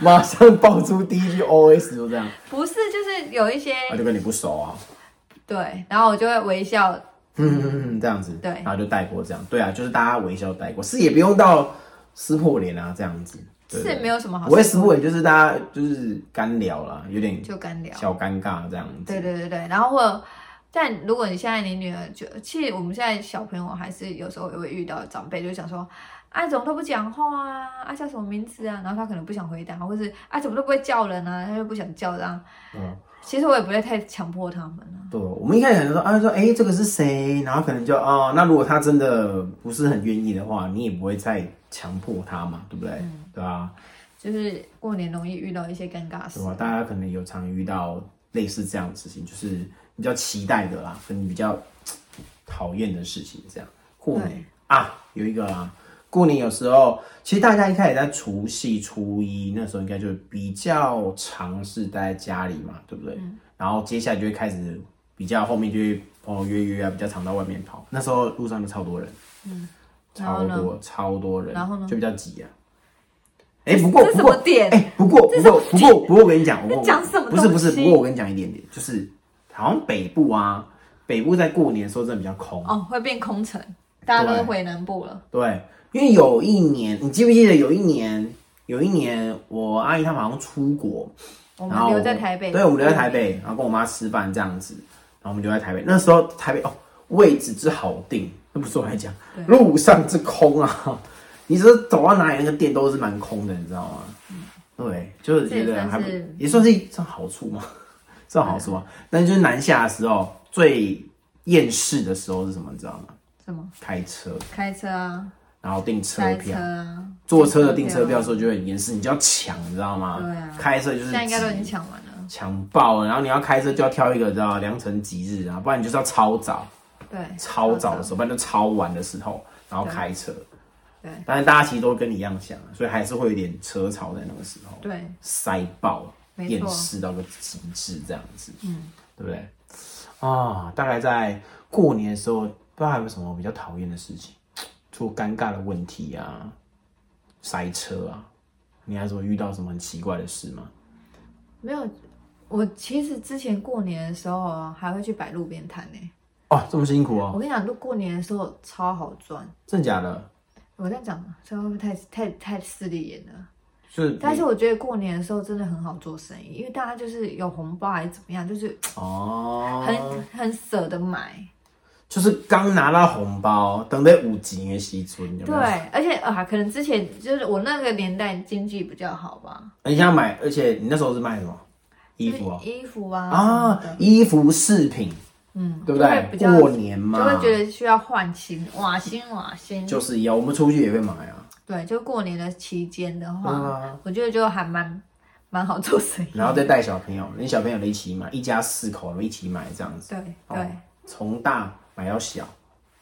[SPEAKER 2] 马上爆出第一句 OS 就这样，
[SPEAKER 3] 不是就是有一些
[SPEAKER 2] 那就跟你不熟啊，
[SPEAKER 3] 对，然后我就会微笑，
[SPEAKER 2] 嗯，这样子，
[SPEAKER 3] 对
[SPEAKER 2] 然后就带过这样，对啊，就是大家微笑带过，是也不用到撕破脸啊这样子，对
[SPEAKER 3] 是没有什么好
[SPEAKER 2] 不会撕破脸，就是大家就是干聊啦，有点
[SPEAKER 3] 就干聊。
[SPEAKER 2] 小尴尬这样子，
[SPEAKER 3] 对对对对，然后或者，但如果你现在你女儿就，其实我们现在小朋友还是有时候也会遇到长辈就想说，啊怎么都不讲话啊，啊叫什么名字啊，然后他可能不想回答，或是啊怎么都不会叫人啊，他就不想叫这样。
[SPEAKER 2] 嗯
[SPEAKER 3] 其实我也不会太强迫他们啊。
[SPEAKER 2] 对，我们一开始可能说啊，说哎、这个是谁？然后可能就哦，那如果他真的不是很愿意的话，你也不会再强迫他嘛，对不对？对啊，
[SPEAKER 3] 就是过年容易遇到一些尴尬事
[SPEAKER 2] 对，吧？啊大家可能有常遇到类似这样的事情，就是比较期待的啦，跟比较讨厌的事情这样。过年
[SPEAKER 3] 对
[SPEAKER 2] 啊，有一个啊，过年有时候其实大家一开始在除夕、初一那时候，应该就比较尝试待在家里嘛，对不对？
[SPEAKER 3] 嗯
[SPEAKER 2] 然后接下来就会开始比较后面就会朋友约约啊，比较常到外面跑。那时候路上就超多人，嗯，
[SPEAKER 3] 然后
[SPEAKER 2] 超
[SPEAKER 3] 呢
[SPEAKER 2] 多超多人，
[SPEAKER 3] 然后呢
[SPEAKER 2] 就比较挤啊。哎、不过
[SPEAKER 3] 这
[SPEAKER 2] 不
[SPEAKER 3] 什
[SPEAKER 2] 过
[SPEAKER 3] 么点？
[SPEAKER 2] 哎、不过不过不过不过，我跟你讲，我
[SPEAKER 3] 在讲什么
[SPEAKER 2] 不是不是，
[SPEAKER 3] 东西
[SPEAKER 2] 不过我跟你讲一点点，就是好像北部啊，北部在过年的时候真的比较空，
[SPEAKER 3] 哦，会变空城，大家都回南部了。
[SPEAKER 2] 对，因为有一年，你记不记得有一年，有一年我阿姨他们好像出国，然
[SPEAKER 3] 我们
[SPEAKER 2] 后
[SPEAKER 3] 留在台北，
[SPEAKER 2] 对，我们留在台。北，然后跟我妈吃饭这样子，然后我们留在台北，那时候台北哦，位置之好定，那不是我来讲，路上之空啊，你只是走到哪里那个店都是蛮空的，你知道吗？对，就是觉
[SPEAKER 3] 这也
[SPEAKER 2] 得
[SPEAKER 3] 算
[SPEAKER 2] 还不
[SPEAKER 3] 是
[SPEAKER 2] 也算是一种好处嘛，这种好处嘛。但是就是南下的时候最厌世的时候是什么？你知道吗？
[SPEAKER 3] 什么？
[SPEAKER 2] 开车，
[SPEAKER 3] 开车啊，
[SPEAKER 2] 然后订车
[SPEAKER 3] 塞车
[SPEAKER 2] 票，嗯
[SPEAKER 3] 啊，
[SPEAKER 2] 坐车的订车票的时候就很厌世，你就要抢，你知道吗？
[SPEAKER 3] 对啊
[SPEAKER 2] 开车就是
[SPEAKER 3] 现在应该都已
[SPEAKER 2] 挤
[SPEAKER 3] 经抢完了。
[SPEAKER 2] 抢爆了，然后你要开车就要挑一个，知道吗良辰吉日啊，不然你就是要超早、
[SPEAKER 3] 对，
[SPEAKER 2] 超早的时候，不然就超晚的时候，然后开车。
[SPEAKER 3] 对对
[SPEAKER 2] 但是大家其实都跟你一样想，啊所以还是会有点车潮在那个时候，
[SPEAKER 3] 对，
[SPEAKER 2] 塞爆，
[SPEAKER 3] 没错
[SPEAKER 2] 厌世到个极致这样子，嗯，对不对？啊，大概在过年的时候，不知道还有什么比较讨厌的事情，除了尴尬的问题啊，塞车啊，你还说遇到什么很奇怪的事吗？
[SPEAKER 3] 没有。我其实之前过年的时候啊，还会去摆路边摊呢。
[SPEAKER 2] 哦，这么辛苦
[SPEAKER 3] 我
[SPEAKER 2] 哦，
[SPEAKER 3] 跟你讲，都过年的时候超好赚。
[SPEAKER 2] 真假的？
[SPEAKER 3] 我在讲，这会不会太太太势利眼了？
[SPEAKER 2] 是，
[SPEAKER 3] 但是我觉得过年的时候真的很好做生意，因为大家就是有红包还是怎么样，就是
[SPEAKER 2] 哦，
[SPEAKER 3] 很、很舍得买。
[SPEAKER 2] 就是刚拿到红包，等待五级的时阵，有没
[SPEAKER 3] 对
[SPEAKER 2] 有？，
[SPEAKER 3] 而且啊，可能之前就是我那个年代经济比较好吧，
[SPEAKER 2] 你想买，而且你那时候是卖什么衣
[SPEAKER 3] 就是
[SPEAKER 2] 服哦？
[SPEAKER 3] 衣服啊
[SPEAKER 2] 啊
[SPEAKER 3] 什么，的
[SPEAKER 2] 衣服饰品，
[SPEAKER 3] 嗯，
[SPEAKER 2] 对不
[SPEAKER 3] 就会
[SPEAKER 2] 对
[SPEAKER 3] 比？较
[SPEAKER 2] 过年嘛，
[SPEAKER 3] 就会觉得需要换新瓦新瓦新，
[SPEAKER 2] 就是要我们出去也会买啊，
[SPEAKER 3] 对，就过年的期间的话，
[SPEAKER 2] 嗯啊
[SPEAKER 3] 我觉得就还蛮蛮好做生意。
[SPEAKER 2] 然后再带小朋友，连小朋友都一起买，一家四口一起买这样子，
[SPEAKER 3] 对
[SPEAKER 2] 哦
[SPEAKER 3] 对，
[SPEAKER 2] 从大买到小，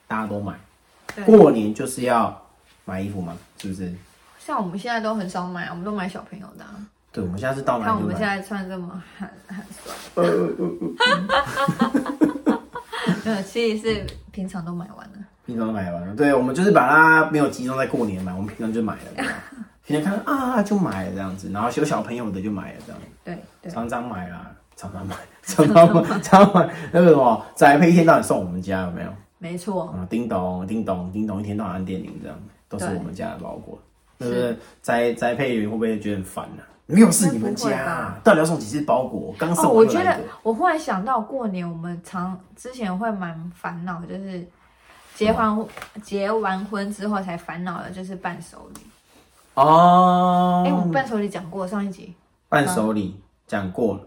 [SPEAKER 2] 大家都买。
[SPEAKER 3] 对
[SPEAKER 2] 过年就是要买衣服嘛，是不是？
[SPEAKER 3] 像我们现在都很少买，我们都买小朋友的啊、
[SPEAKER 2] 对，我们下次到哪
[SPEAKER 3] 看
[SPEAKER 2] 里
[SPEAKER 3] 我
[SPEAKER 2] 就
[SPEAKER 3] 们现
[SPEAKER 2] 买。呃
[SPEAKER 3] 在穿这么寒寒酸， 没有，其实是平常都买完了。
[SPEAKER 2] 平常都买完了，对我们就是把它没有集中在过年买，我们平常就买了， 对吧平常看到啊就买了这样子，然后有小朋友的就买了这样，
[SPEAKER 3] 对对，
[SPEAKER 2] 常常买啦，常常买， 常常买，常常买那个什么宅配一天到晚送我们家有没有？
[SPEAKER 3] 没错，
[SPEAKER 2] 啊，叮咚叮咚叮咚，一天到晚按电铃这样，都是
[SPEAKER 3] 对
[SPEAKER 2] 我们家的包裹，对不对？宅宅配员会不会觉得很烦呢、没有是你们家、
[SPEAKER 3] 应该不会吧
[SPEAKER 2] 到底要送几次包裹？刚送
[SPEAKER 3] 哦，
[SPEAKER 2] 完
[SPEAKER 3] 我
[SPEAKER 2] 又
[SPEAKER 3] 觉
[SPEAKER 2] 来一
[SPEAKER 3] 得
[SPEAKER 2] 个
[SPEAKER 3] 我忽然想到，过年我们常之前会蛮烦恼，就是结
[SPEAKER 2] 哦
[SPEAKER 3] 完结完婚之后才烦恼的，就是伴手礼。
[SPEAKER 2] 哦，
[SPEAKER 3] 哎、我们伴手礼讲过上一集，
[SPEAKER 2] 伴手礼讲过了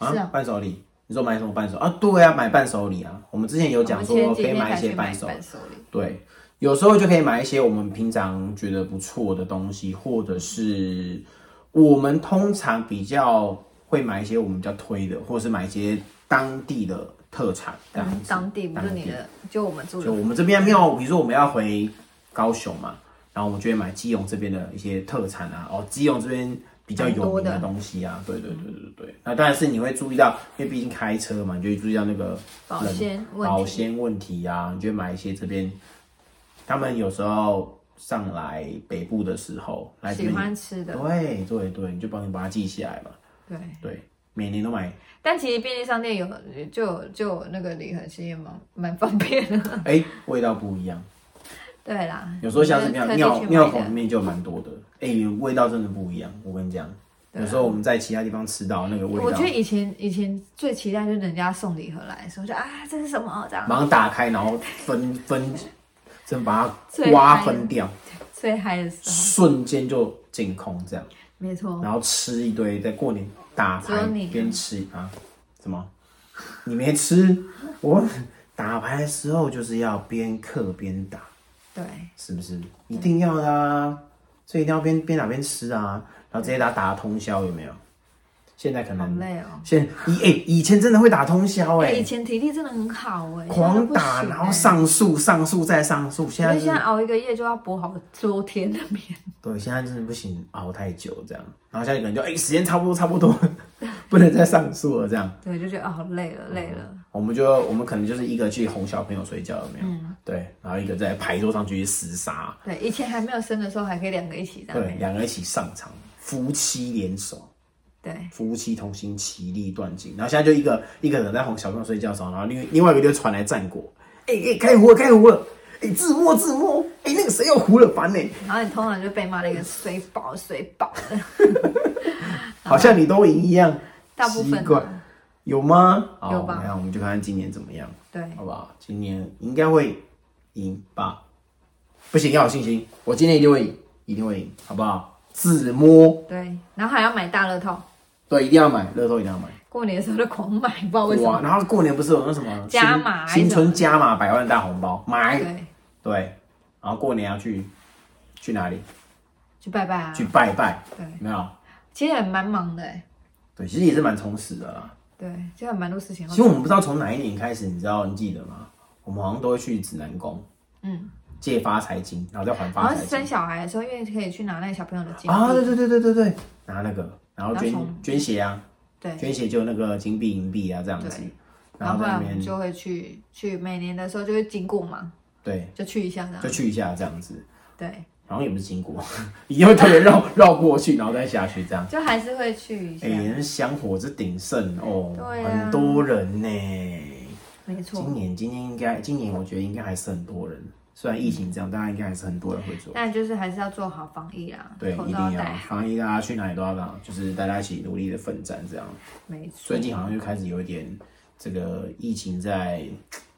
[SPEAKER 3] 嗯是啊
[SPEAKER 2] 伴手礼，你说买什么伴手啊？对啊，买伴手礼啊。我们之前有
[SPEAKER 3] 我
[SPEAKER 2] 讲
[SPEAKER 3] 们
[SPEAKER 2] 说
[SPEAKER 3] 前几
[SPEAKER 2] 可以
[SPEAKER 3] 天
[SPEAKER 2] 买一
[SPEAKER 3] 才
[SPEAKER 2] 些
[SPEAKER 3] 去买
[SPEAKER 2] 伴手，
[SPEAKER 3] 伴手礼，
[SPEAKER 2] 对，有时候就可以买一些我们平常觉得不错的东西，或者是我们通常比较会买一些我们比较推的，或者是买一些当地的特产这样
[SPEAKER 3] 嗯
[SPEAKER 2] 子。
[SPEAKER 3] 当地不是
[SPEAKER 2] 当
[SPEAKER 3] 你的，就我们住
[SPEAKER 2] 就
[SPEAKER 3] 的
[SPEAKER 2] 我们这边没有，比如说我们要回高雄嘛，然后我们就会买基隆这边的一些特产啊，哦，基隆这边比较有名的
[SPEAKER 3] 蛮多的
[SPEAKER 2] 东西啊，对对对对对。那当然是你会注意到，因为毕竟开车嘛，你就会注意到那个
[SPEAKER 3] 保
[SPEAKER 2] 冷
[SPEAKER 3] 鲜问
[SPEAKER 2] 保
[SPEAKER 3] 题。
[SPEAKER 2] 鲜问题啊，你就会买一些这边他们有时候上来北部的时候来这
[SPEAKER 3] 喜
[SPEAKER 2] 边，
[SPEAKER 3] 欢吃的，
[SPEAKER 2] 对对对，你就帮你把它记起来嘛，
[SPEAKER 3] 对。
[SPEAKER 2] 对，每年都买。
[SPEAKER 3] 但其实便利商店有就有就有那个礼盒，其实也蛮蛮方便的。
[SPEAKER 2] 哎、味道不一样。
[SPEAKER 3] 对啦，
[SPEAKER 2] 有时候像是尿
[SPEAKER 3] 特地去
[SPEAKER 2] 尿
[SPEAKER 3] 买
[SPEAKER 2] 尿桶里
[SPEAKER 3] 的
[SPEAKER 2] 面就蛮多的，哎、味道真的不一样。我跟你讲，
[SPEAKER 3] 对啊
[SPEAKER 2] 有时候我们在其他地方吃到那个味
[SPEAKER 3] 我
[SPEAKER 2] 道
[SPEAKER 3] 觉得，以前以前最期待就是人家送礼盒来的时候，就啊这是什么这样
[SPEAKER 2] 马上打开，然后分 分，真把
[SPEAKER 3] 最
[SPEAKER 2] 它
[SPEAKER 3] 嗨
[SPEAKER 2] 瓜分掉，
[SPEAKER 3] 最嗨的啊时候，
[SPEAKER 2] 瞬间就净空这样，
[SPEAKER 3] 没错，
[SPEAKER 2] 然后吃一堆，在过年打
[SPEAKER 3] 哦只有
[SPEAKER 2] 牌
[SPEAKER 3] 你
[SPEAKER 2] 边吃啊，什么？你没吃？我打牌的时候就是要边嗑边打。
[SPEAKER 3] 对，
[SPEAKER 2] 是不是？一定要的啊，所以一定要边边打边吃啊，然后直接打打通宵有没有？现在可
[SPEAKER 3] 好
[SPEAKER 2] 能
[SPEAKER 3] 累哦。
[SPEAKER 2] 现以哎、以前真的会打通宵哎、
[SPEAKER 3] 哎以前体力真的很好哎，
[SPEAKER 2] 狂
[SPEAKER 3] 现在
[SPEAKER 2] 打
[SPEAKER 3] 不行
[SPEAKER 2] 然后
[SPEAKER 3] 哎。
[SPEAKER 2] 上诉上诉再上诉，现
[SPEAKER 3] 我
[SPEAKER 2] 在
[SPEAKER 3] 就
[SPEAKER 2] 真
[SPEAKER 3] 现在
[SPEAKER 2] 的
[SPEAKER 3] 熬一个夜就要补好多天的眠，
[SPEAKER 2] 对现在真的不行，熬太久这样，然后现在可能就哎、时间差不多差不多 了，不能再上诉了这样。
[SPEAKER 3] 对，就觉得哦好累了累了，
[SPEAKER 2] 我们就我们可能就是一个去哄小朋友睡觉有没有？
[SPEAKER 3] 嗯
[SPEAKER 2] 对，然后一个在牌桌上去厮杀，
[SPEAKER 3] 对，以前还没有生的时候还可以两个一起这样
[SPEAKER 2] 对，
[SPEAKER 3] 眠，
[SPEAKER 2] 两个一起上场，夫妻联手。
[SPEAKER 3] 对，
[SPEAKER 2] 夫妻同心，其利断金。然后现在就一个一个人在哄小朋友睡觉的时候，然后另另外一个就传来战果，哎、哎、开胡了，开胡了，哎、自摸自摸，哎、那个谁又胡了，烦呢、
[SPEAKER 3] 然后你通常就被骂了一个水饱水饱的，
[SPEAKER 2] 好像你都赢一样。
[SPEAKER 3] 大部分
[SPEAKER 2] 奇怪
[SPEAKER 3] 啊
[SPEAKER 2] 有吗？好
[SPEAKER 3] 有吧
[SPEAKER 2] 那我们就看看今年怎么样，
[SPEAKER 3] 对，
[SPEAKER 2] 好不好？今年应该会赢吧？不行，要有信心，我今年一定会赢，一定会赢，好不好？自摸，
[SPEAKER 3] 对，然后还要买大乐透，
[SPEAKER 2] 对，一定要买，乐透一定要买。
[SPEAKER 3] 过年的时候就狂买，不知道为什
[SPEAKER 2] 哇，
[SPEAKER 3] 么。
[SPEAKER 2] 然后过年不是有那什么
[SPEAKER 3] 加码
[SPEAKER 2] 新新春加码百万大红包，买。
[SPEAKER 3] 对，
[SPEAKER 2] 对，然后过年要去去哪里？
[SPEAKER 3] 去拜拜啊
[SPEAKER 2] 去。拜拜，
[SPEAKER 3] 对，
[SPEAKER 2] 有没有？
[SPEAKER 3] 其实也蛮忙的哎。
[SPEAKER 2] 对，其实也是蛮充实的啦。
[SPEAKER 3] 对，就有蛮多事情要
[SPEAKER 2] 其实我们不知道从哪一年开始，你知道你记得吗？我们好像都会去指南宫，
[SPEAKER 3] 嗯，
[SPEAKER 2] 借发财金，然后再还
[SPEAKER 3] 然
[SPEAKER 2] 发
[SPEAKER 3] 后
[SPEAKER 2] 财
[SPEAKER 3] 生
[SPEAKER 2] 金。
[SPEAKER 3] 小孩的时候，因为可以去拿那个小朋友的金币。
[SPEAKER 2] 啊，对对对对对对，拿那个，然后
[SPEAKER 3] 然后
[SPEAKER 2] 捐
[SPEAKER 3] 从
[SPEAKER 2] 捐血啊，
[SPEAKER 3] 对
[SPEAKER 2] 捐血就那个金币银币啊这样子
[SPEAKER 3] 对，
[SPEAKER 2] 然
[SPEAKER 3] 然
[SPEAKER 2] 后
[SPEAKER 3] 后后
[SPEAKER 2] 在
[SPEAKER 3] 来
[SPEAKER 2] 那
[SPEAKER 3] 我们
[SPEAKER 2] 边
[SPEAKER 3] 就会去去每年的时候就会经过嘛，
[SPEAKER 2] 对，
[SPEAKER 3] 就去一下这
[SPEAKER 2] 就
[SPEAKER 3] 样。
[SPEAKER 2] 去一下这样子，
[SPEAKER 3] 对，
[SPEAKER 2] 然后也不是经过， 一定会特别绕绕过去，然后再下去这样。
[SPEAKER 3] 就还是会去一下
[SPEAKER 2] 哎、。那香火之鼎盛哦，
[SPEAKER 3] 对啊
[SPEAKER 2] 很多人呢、
[SPEAKER 3] 没
[SPEAKER 2] 今
[SPEAKER 3] 错，
[SPEAKER 2] 年今年应该，今年我觉得应该还是很多人，虽然疫情这样，大家应该还是很多人会做。
[SPEAKER 3] 但就是还是要做好防疫啦，
[SPEAKER 2] 对，
[SPEAKER 3] 嗯口
[SPEAKER 2] 一定
[SPEAKER 3] 罩要
[SPEAKER 2] 要
[SPEAKER 3] 戴好。
[SPEAKER 2] 防疫，大家去哪里都要打，就是大家一起努力的奋战这样。
[SPEAKER 3] 没错
[SPEAKER 2] 最。近好像又开始有一点这个疫情在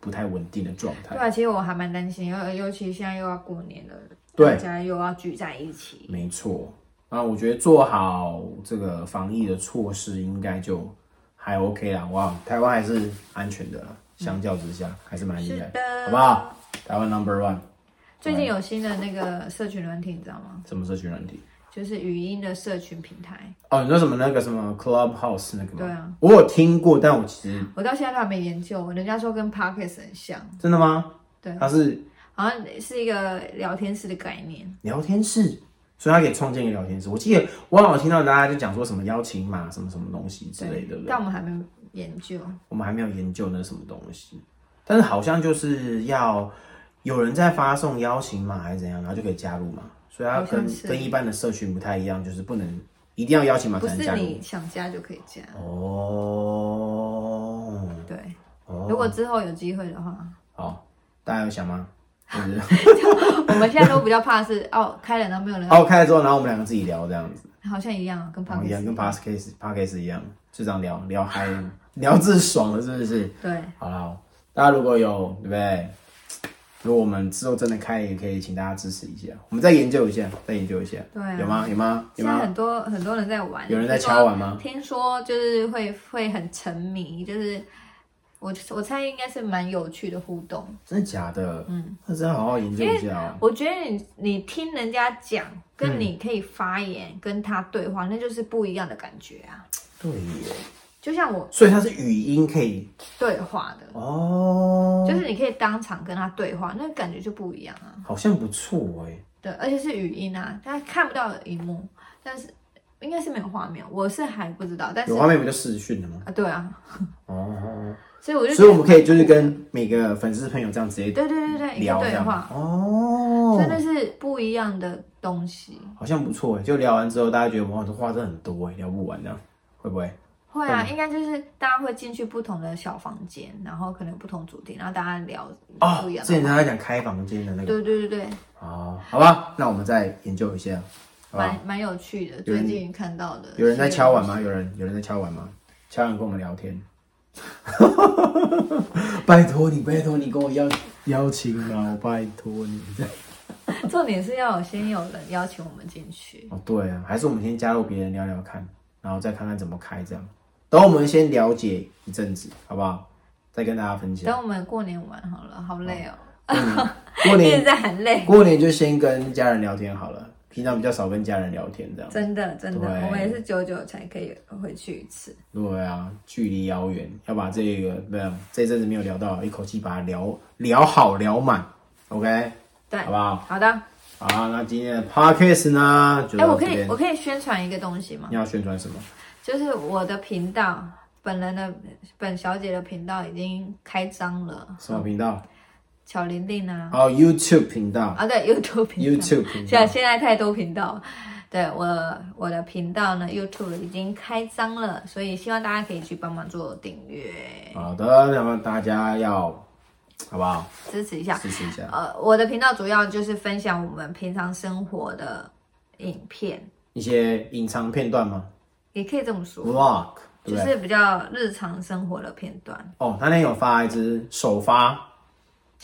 [SPEAKER 2] 不太稳定的状
[SPEAKER 3] 对
[SPEAKER 2] 态。
[SPEAKER 3] 啊，其实我还蛮担心，尤尤其现在又要过年了，
[SPEAKER 2] 对
[SPEAKER 3] 大家又要聚在一起，
[SPEAKER 2] 没错，那我觉得做好这个防疫的措施，应该就还 OK 啦。哇，台湾还是安全的啦，相较之下还是蛮厉
[SPEAKER 3] 是
[SPEAKER 2] 害，
[SPEAKER 3] 的
[SPEAKER 2] 好不好？台湾 Number One，
[SPEAKER 3] 最近有新的那个社群软体，你知道吗？
[SPEAKER 2] 什么社群软体？
[SPEAKER 3] 就是语音的社群平台，
[SPEAKER 2] 哦，你说什么那个什么 Clubhouse 那个吗？
[SPEAKER 3] 对啊，嗯
[SPEAKER 2] 我有听过，但我其实
[SPEAKER 3] 我到现在都还没研究。人家说跟 Podcast 很像，
[SPEAKER 2] 真的吗？
[SPEAKER 3] 对
[SPEAKER 2] 它是
[SPEAKER 3] 好像是一个聊天室的概念。
[SPEAKER 2] 聊天室，所以它可以创建一个聊天室。我记得我好像有听到大家就讲说什么邀请码、什么什么东西之类的，对不对
[SPEAKER 3] 但？我们还没研究。
[SPEAKER 2] 我们还没有研究那是什么东西，但是好像就是要有人在发送邀请码还是怎样，然后就可以加入嘛。所以它
[SPEAKER 3] 好像
[SPEAKER 2] 跟
[SPEAKER 3] 是
[SPEAKER 2] 跟一般的社群不太一样，就是不能一定要邀请码
[SPEAKER 3] 不
[SPEAKER 2] 才能
[SPEAKER 3] 是
[SPEAKER 2] 加入
[SPEAKER 3] 你。想加就可以加，
[SPEAKER 2] 哦，
[SPEAKER 3] 对。
[SPEAKER 2] 哦
[SPEAKER 3] 如果之后有机会的话，
[SPEAKER 2] 好，大家有想吗？ 就是。
[SPEAKER 3] 我们现在都比较怕是哦，开了然后没有人，
[SPEAKER 2] 然后开了之后，然后我们两个自己聊这样子，
[SPEAKER 3] 好像一样啊，跟
[SPEAKER 2] 然后
[SPEAKER 3] Podcast
[SPEAKER 2] 哦一样跟 podcast podcast 一样，就这样聊聊嗨，聊至爽了，是不是？
[SPEAKER 3] 对，
[SPEAKER 2] 好啦，大家如果有对不对？如果我们之后真的开，也可以请大家支持一下，我们再研究一下，再研究一下，
[SPEAKER 3] 对啊
[SPEAKER 2] 有吗？有吗？有
[SPEAKER 3] 现在
[SPEAKER 2] 吗？
[SPEAKER 3] 很多很多人啊在玩，
[SPEAKER 2] 有人在
[SPEAKER 3] 听
[SPEAKER 2] 敲
[SPEAKER 3] 说
[SPEAKER 2] 碗吗？
[SPEAKER 3] 听说就是会会很沉迷，就是我我猜应该是蛮有趣的互动。
[SPEAKER 2] 真的假的？嗯，那真的好好研究一下哦。
[SPEAKER 3] 我觉得你你听人家讲，
[SPEAKER 2] 嗯
[SPEAKER 3] 跟你可以发言、跟他对话，那就是不一样的感觉啊。
[SPEAKER 2] 对耶，
[SPEAKER 3] 就像我
[SPEAKER 2] 所以它是语音可以
[SPEAKER 3] 对话的，
[SPEAKER 2] 哦，
[SPEAKER 3] 就是你可以当场跟他对话，那感觉就不一样啊。
[SPEAKER 2] 好像不错哎、
[SPEAKER 3] 对，而且是语音啊，大家看不到荧幕，但是应该是没有画面，我是还不知道，但是
[SPEAKER 2] 有画面不就视讯了吗？
[SPEAKER 3] 啊，对啊，
[SPEAKER 2] 哦，
[SPEAKER 3] 所以我就
[SPEAKER 2] 所以我们
[SPEAKER 3] 觉
[SPEAKER 2] 可
[SPEAKER 3] 得
[SPEAKER 2] 以就是跟每个粉丝朋友这样直接
[SPEAKER 3] 对对对对一个
[SPEAKER 2] 聊这
[SPEAKER 3] 对
[SPEAKER 2] 样
[SPEAKER 3] 话，
[SPEAKER 2] 哦，
[SPEAKER 3] 真的是不一样的东西。
[SPEAKER 2] 好像不错哎，就聊完之后，大家觉得哇，这话真的很多哎，聊不完这样，会不会？
[SPEAKER 3] 会啊，应该就是大家会进去不同的小房间，然后可能有不同主题，然后大家聊
[SPEAKER 2] 哦
[SPEAKER 3] 不一，样
[SPEAKER 2] 之
[SPEAKER 3] 的
[SPEAKER 2] 前
[SPEAKER 3] 话。
[SPEAKER 2] 他在讲开房间的那个，
[SPEAKER 3] 对对对对，
[SPEAKER 2] 哦，好吧，那我们再研究一下，好吧？
[SPEAKER 3] 蛮蛮有趣的，
[SPEAKER 2] 有人
[SPEAKER 3] 最近看到的。
[SPEAKER 2] 哦有人在敲碗吗？有人有人在敲碗吗？敲碗跟我们聊天， 拜托你，拜托你跟我邀邀请啊，我拜托你。
[SPEAKER 3] 重点是要有先有人邀请我们进去。
[SPEAKER 2] 哦，对啊，还是我们先加入别人聊聊看，然后再看看怎么开这样。等我们先了解一阵子，好不好？再跟大家分
[SPEAKER 3] 等
[SPEAKER 2] 享。
[SPEAKER 3] 我们过年玩好了，好累哦，
[SPEAKER 2] 过
[SPEAKER 3] 一直
[SPEAKER 2] 年
[SPEAKER 3] 在很累。
[SPEAKER 2] 过年就先跟家人聊天好了，平常比较少跟家人聊天这样。
[SPEAKER 3] 真的真的，
[SPEAKER 2] 对
[SPEAKER 3] 我们也是久久才可以回去一次。
[SPEAKER 2] 对啊，距离遥远，要把这个没有这一阵子没有聊到，一口气把它聊聊好聊满，OK，
[SPEAKER 3] 对，
[SPEAKER 2] 好不好？
[SPEAKER 3] 好的。
[SPEAKER 2] 好，那今天的 podcast 呢，就
[SPEAKER 3] 哎、
[SPEAKER 2] 到
[SPEAKER 3] 我可
[SPEAKER 2] 这
[SPEAKER 3] 以
[SPEAKER 2] 边。
[SPEAKER 3] 我可以宣传一个东西吗
[SPEAKER 2] 你？要宣传什么？
[SPEAKER 3] 就是我的频道，本人的本小姐的频道已经开张了，
[SPEAKER 2] 什么频道？
[SPEAKER 3] 巧玲玲啊，
[SPEAKER 2] 哦，YouTube 频道
[SPEAKER 3] 啊对，YouTube 频道
[SPEAKER 2] ，YouTube 频
[SPEAKER 3] 现在
[SPEAKER 2] 道。
[SPEAKER 3] 现在太多频道了，对我我的频道呢，YouTube 已经开张了，所以希望大家可以去帮忙做订阅，
[SPEAKER 2] 好的，那么大家要好不好？
[SPEAKER 3] 支持一下。
[SPEAKER 2] 支持一下。
[SPEAKER 3] 呃，我的频道主要就是分享我们平常生活的影片，
[SPEAKER 2] 一些隐藏片段吗
[SPEAKER 3] 也可以这么说，
[SPEAKER 2] ？Vlog，对
[SPEAKER 3] 就
[SPEAKER 2] 不对？
[SPEAKER 3] 是比较日常生活的片段。
[SPEAKER 2] 哦，他那天有发一支首发。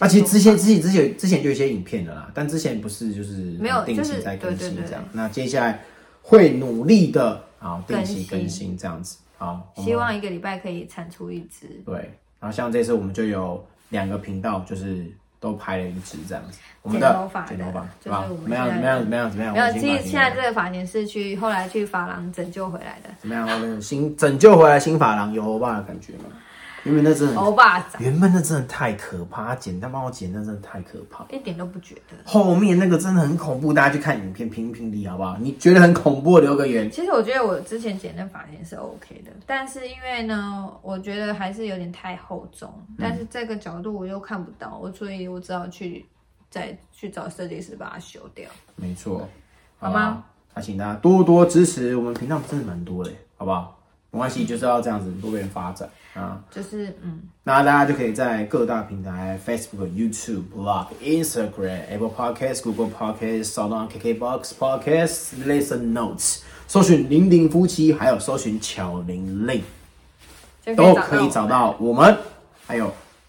[SPEAKER 2] 那、其实之前、之前、之前、之前就有一些影片了啦，但之前不是就是
[SPEAKER 3] 没有
[SPEAKER 2] 定
[SPEAKER 3] 就
[SPEAKER 2] 期
[SPEAKER 3] 是
[SPEAKER 2] 在更新
[SPEAKER 3] 对对对
[SPEAKER 2] 这样。那接下来会努力的啊，定期
[SPEAKER 3] 更新
[SPEAKER 2] 更新这样子。好，我们
[SPEAKER 3] 希望一个礼拜可以产出一支，
[SPEAKER 2] 对。然后像这次我们就有两个频道，就是都拍了一支这样子。我们
[SPEAKER 3] 剪头
[SPEAKER 2] 的
[SPEAKER 3] 发的
[SPEAKER 2] 剪头发，
[SPEAKER 3] 就是
[SPEAKER 2] 对吧？
[SPEAKER 3] 我
[SPEAKER 2] 怎
[SPEAKER 3] 们
[SPEAKER 2] 么样？怎
[SPEAKER 3] 现
[SPEAKER 2] 么
[SPEAKER 3] 在
[SPEAKER 2] 样？怎么样？怎么样？
[SPEAKER 3] 没有
[SPEAKER 2] 我，们
[SPEAKER 3] 其
[SPEAKER 2] 新发
[SPEAKER 3] 实
[SPEAKER 2] 型
[SPEAKER 3] 现在这个发型是去后来去发廊拯救回来的，
[SPEAKER 2] 怎么样？我们新拯救回来新发廊有欧巴的感觉吗？原本那真的，
[SPEAKER 3] 欧巴长
[SPEAKER 2] 原本那真的太可怕，他剪他帮我剪那真的太可怕。
[SPEAKER 3] 一点都不觉得。
[SPEAKER 2] 后面那个真的很恐怖，大家去看影片评评理好不好？你觉得很恐怖，留个言。
[SPEAKER 3] 其实我觉得我之前剪的发型是 OK 的，但是因为呢，我觉得还是有点太厚重，但
[SPEAKER 2] 嗯
[SPEAKER 3] 是这个角度我又看不到，我所以我只好去再去找设计师把它修掉。
[SPEAKER 2] 没错，
[SPEAKER 3] 好吗
[SPEAKER 2] 不？那请大家多多支持，我们频道真的蛮多的，好不好？没关系，就是要这样子多元发展啊。
[SPEAKER 3] 就是嗯，
[SPEAKER 2] 那大家就可以在各大平台 Facebook、YouTube、Blog、Instagram、Apple Podcast、Google Podcast、Sound、KKBox Podcast、Listen Notes 搜寻“零零夫妻”，还有搜寻“巧玲玲
[SPEAKER 3] 就”，
[SPEAKER 2] 都
[SPEAKER 3] 可
[SPEAKER 2] 哦可以
[SPEAKER 3] 以
[SPEAKER 2] 找
[SPEAKER 3] 到
[SPEAKER 2] 到我们。还有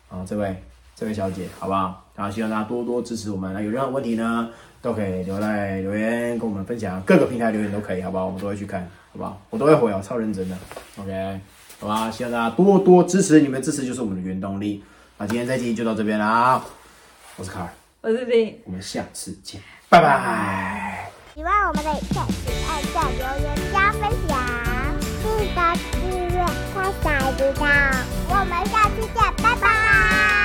[SPEAKER 2] 啊，这位这位小姐，好不好？然后希望大家多多支持我们。那有任何问题呢，都可以留在留言跟我们分享，各个平台留言都可以，好不好？我们都会去看，好不好？我都会回哦，超认真的。OK，好吧，希望大家多多支持，你们的支持就是我们的原动力。那今天这集就到这边啦，我是卡尔，
[SPEAKER 3] 我是冰，
[SPEAKER 2] 我们下次见，拜拜。
[SPEAKER 1] 喜欢我们的影片，请按赞、留言、加分享，记得订阅、开小铃铛。我们下期见，拜拜